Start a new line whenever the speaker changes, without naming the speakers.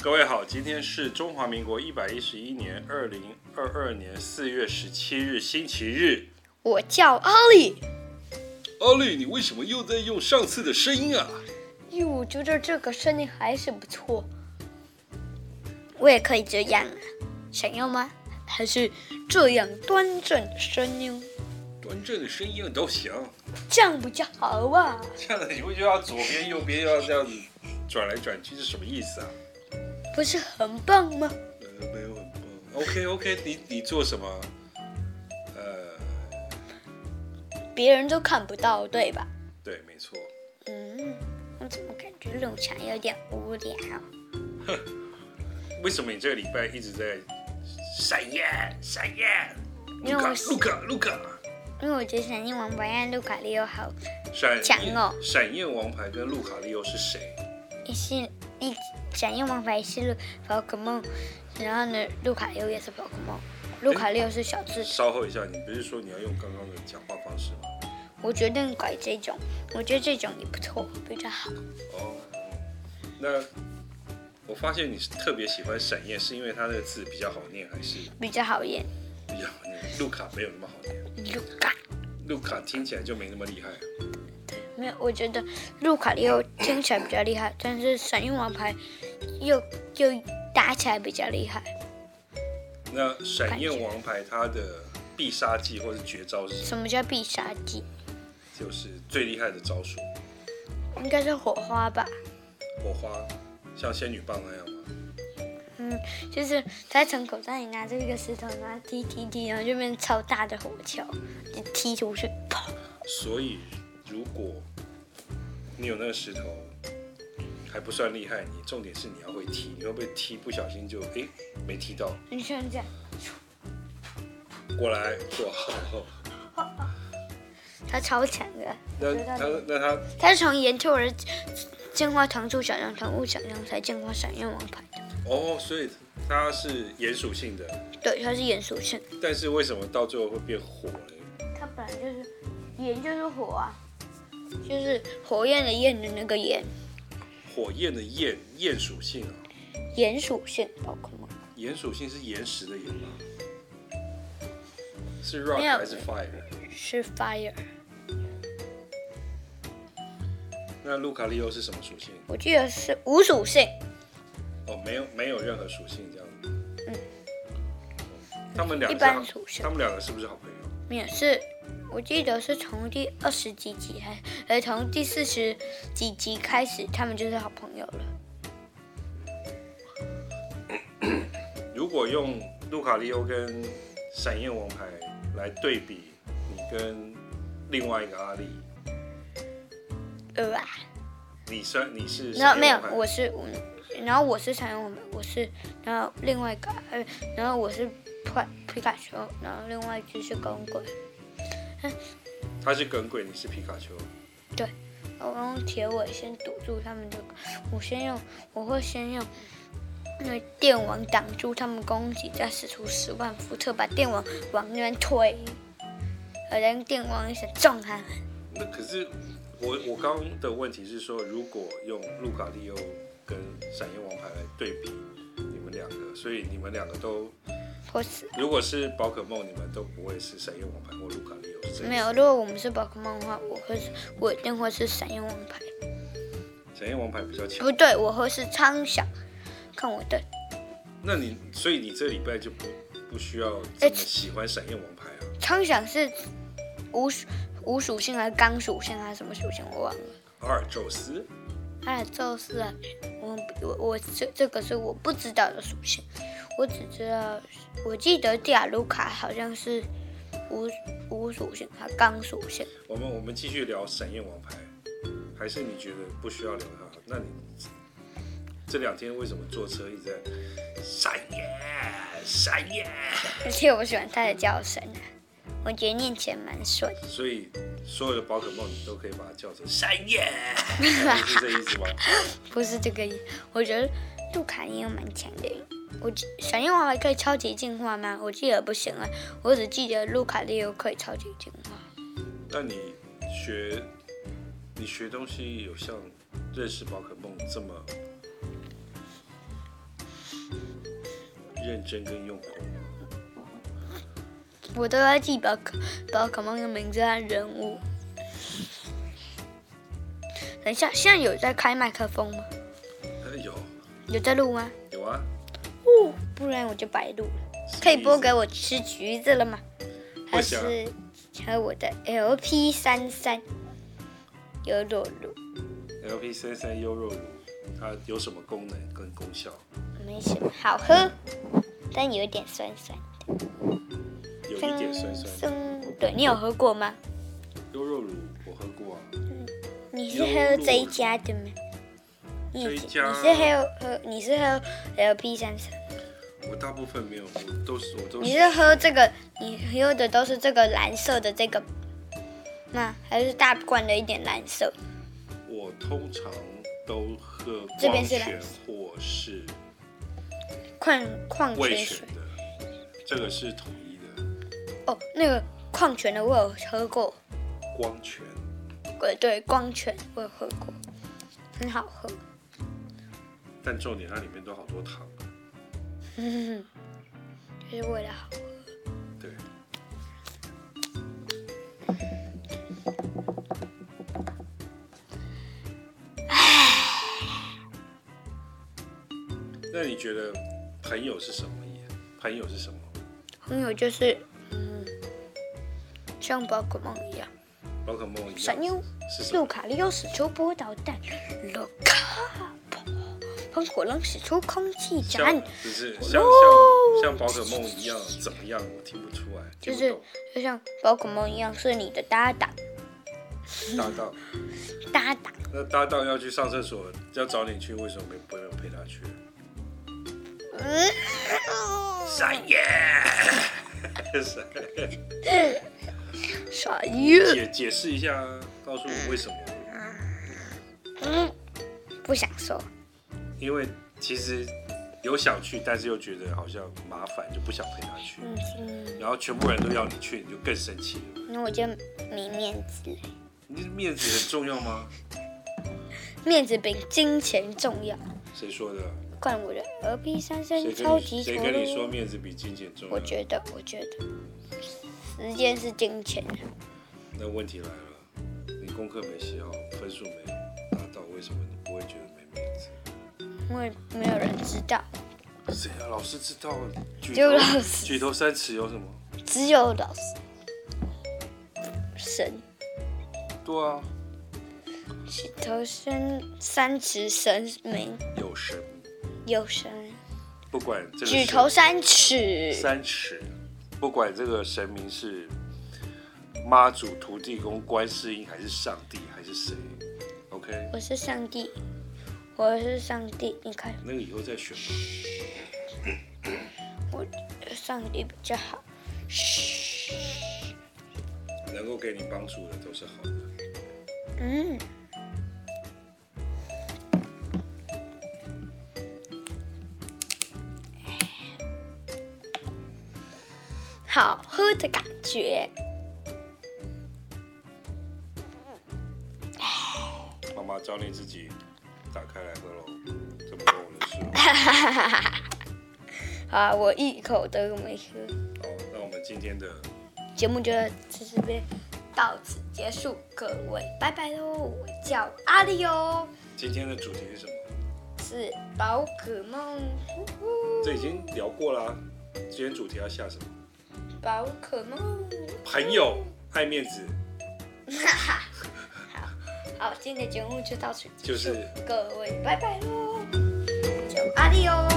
各位好，今天是中华民国一百一十一年二零二二年四月十七日星期日。
我叫阿里，
阿丽，你为什么又在用上次的声音啊？
哟，我觉得这个声音还是不错。我也可以这样啊，想要吗？还是这样端正的声音，
端正的声音啊都行，
这样比较好啊。
这样子你会觉得左边右边要这样子转来转去是什么意思啊？
不是很棒吗？
呃，没有很棒。OK OK，你你做什么？呃，
别人都看不到，对吧？
对，没错。
嗯，我怎么感觉录起来有点无聊？
为什么你这个礼拜一直在闪焰闪焰？
因为
卢
我
卡
是
卢卡卢卡，
因为我觉得闪电王白安卢卡利又好，
闪
强
焰
哦
闪焰王牌跟卢卡利欧是谁？
一是一闪电王白是宝可梦，然后呢，卢卡利又也是宝可梦，卢卡利又是小智。
稍后一下，你不是说你要用刚刚的讲话方式吗？
我决定改这种，我觉得这种也不错，比较好。
哦，那我发现你是特别喜欢闪焰，是因为它那个字比较好念，还是
比较好演。
比较好念？卢卡没有那么好念，
卢卡
卢卡听起来就没那么厉害。
没有，我觉得卢卡利奥听起来比较厉害，但是闪电王牌又又打起来比较厉害。
那闪焰王牌它的必杀技或是绝招是什么？
什么叫必杀技？
就是最厉害的招数，
应该是火花吧？
火花，像仙女棒那样吗？
嗯，就是他从口袋里拿出一个石头，然后踢踢踢，然后就变超大的火球，就踢出去，砰！
所以如果你有那个石头，还不算厉害，你重点是你要会踢，你会不会踢不小心就诶没踢到，
你像这样，
过来坐好。
他超强的。
那 他那他
他是从岩兔儿进化糖醋小羊、糖物小羊才进化闪电王牌的。
哦，所以他是岩属性的，
对，他是岩属性。
但是为什么到最后会变火嘞？
它本来就是炎，就是火啊，就是火焰的焰的那个炎，
火焰的焰焰属性啊，
炎属性宝可梦。
岩属性是岩石的岩吗？是
没
rock
有
还是 fire？
是 fire，
那卢卡利欧是什么属性？
我记得是无属性，
哦，没有没有任何属性这样子。他们两
嗯一
个是
般
好
属性
他们两个是不是好朋友？
也是，我记得是从第二十几集还，呃，从第四十几集开始，他们就是好朋友了。
如果用卢卡利欧跟闪焰王牌来对比你跟另外一个阿丽，
呃啊，
你算你是
然
闪
后没
焰
有
王牌，
我是我，然后我是闪耀我们，我是，然后另外一个，呃，然后我是皮皮卡丘，然后另外一只是公鬼。
他是耿鬼，你是皮卡丘。
对，我用铁尾先堵住他们的，我先用，我会先用那个电网挡住他们攻击，再使出十万伏特把电网往那边推，呃，再用电网一起撞他们。
那可是我我刚刚的问题是说，如果用卢卡利欧跟闪焰王牌来对比你们两个，所以你们两个都
或是
如果是宝可梦，你们都不会是闪焰王牌或卢卡利欧，是这样
没有，如果我们是宝可梦的话，我会是，我一定会是闪耀王牌。
闪焰王牌比较强
不。对，我会是苍响。看我的，
那你所以你这礼拜就不不需要这么喜欢闪焰王牌啊？
苍响是无属无属性还是刚属性还是什么属性，我忘了。
阿尔宙斯，
哎，就是啊，我我我这这个是我不知道的属性，我只知道，我记得蒂亚卢卡好像是无无属性，它刚属性。
我们我们继续聊闪焰王牌，还是你觉得不需要聊它？那你这两天为什么坐车一直在闪焰闪焰？
而且我喜欢它的叫声啊，我觉得念起来蛮顺。
所以所有的宝可梦你都可以把它叫成闪 焰，是这意思吗？
不是这个意，我觉得杜卡也蛮强的。啊我记闪电王牌可以超级进化吗？我记得不行啊，我只记得卢卡利欧可以超级进化。
那你学你学东西有像认识宝可梦这么认真跟用功。
我都要记宝可宝可梦的名字和人物。等一下，现在有在开麦克风吗？
呃，有
有在录吗？
有啊，
哦，不然我就白录了。可以播给我吃橘子了吗？
不
还
行
是还有我的 LP 三三有裸露，
LP 三三优酪乳，它有什么功能跟功效？
没什么好喝，但有一点酸酸。
有一点酸酸。
嗯对你有喝过吗？
优酪乳我喝过啊，
你是喝这一家的吗？你
这
你
一
是
家
喝喝你是喝 LP 三三，
我大部分没有，我都是我都
你是喝这个你喝的都是这个蓝色的这个吗？还是大罐的一点蓝色？
我通常都喝
这
矿
边是蓝
泉或是
矿矿
味
泉水
全的，这个是统一的
哦，那个矿泉的我有喝过。
光泉。
呃，对，光泉我有喝过，很好喝。
但重点它里面都好多糖，
嗯，就是为了好。
对，那你觉得朋友是什么意思？朋友是什么？
朋友就是，嗯，像宝可梦一样，
宝可梦一样
闪耀
是什
路
么？
卡利奥使出波导弹，卢卡喷火龙使出空气炸
像
弹，
就是啊像像像宝可梦一样怎么样？我听不出来，听
就
不
是
懂。
就像宝可梦一样是你的搭档，
搭档，
搭档。
那搭档要去上厕所，要找你去，为什么没不能陪他去？
嗯，
闪 耶！闪
啥意思？
解解释一下啊，告诉我为什么？
嗯，不想说。
因为其实有想去，但是又觉得好像麻烦，就不想陪他去。
嗯嗯，
然后全部人都要你去，你就更生气了。
那我就没面子了。
你面子很重要吗？
面子比金钱重要。
谁说的？啊
灌我的鹅皮三
谁
生
跟
超
你
级
谁
陀
跟你说
螺。
面子比金钱重要
我？觉得，我觉得，时间是金钱。啊
那问题来了，你功课没写好，分数没拿到，为什么你不会觉得没面子？
因为没有人知道，
谁啊？老师知道，举
就
头
老师
举头三尺有什么？
只有老师、神、
对啊，
洗头神、三尺神明、
有神，
有神、
不管这个
举
是
头三尺。
三尺，不管这个神明是妈祖、土地公、观世音，还是上帝，还是谁？OK，
我是上帝，我是上帝。你看，
那个以后再选吧。
我上帝比较好。嘘，
能够给你帮助的都是好的。
嗯，好喝的感觉。
妈妈教你自己打开来喝喽，这不关我的事哦。
好啊，我一口都没喝。
好，那我们今天的
节目就到这边到此结束，各位拜拜喽！我叫阿里哦，
今天的主题是什么？
是宝可梦，呜
这已经聊过啦。今天主题要下什么？
呼宝可梦。
朋友爱面子，
好，今天的节目就到此结束，
就是
各位拜拜喽！我叫阿里哦。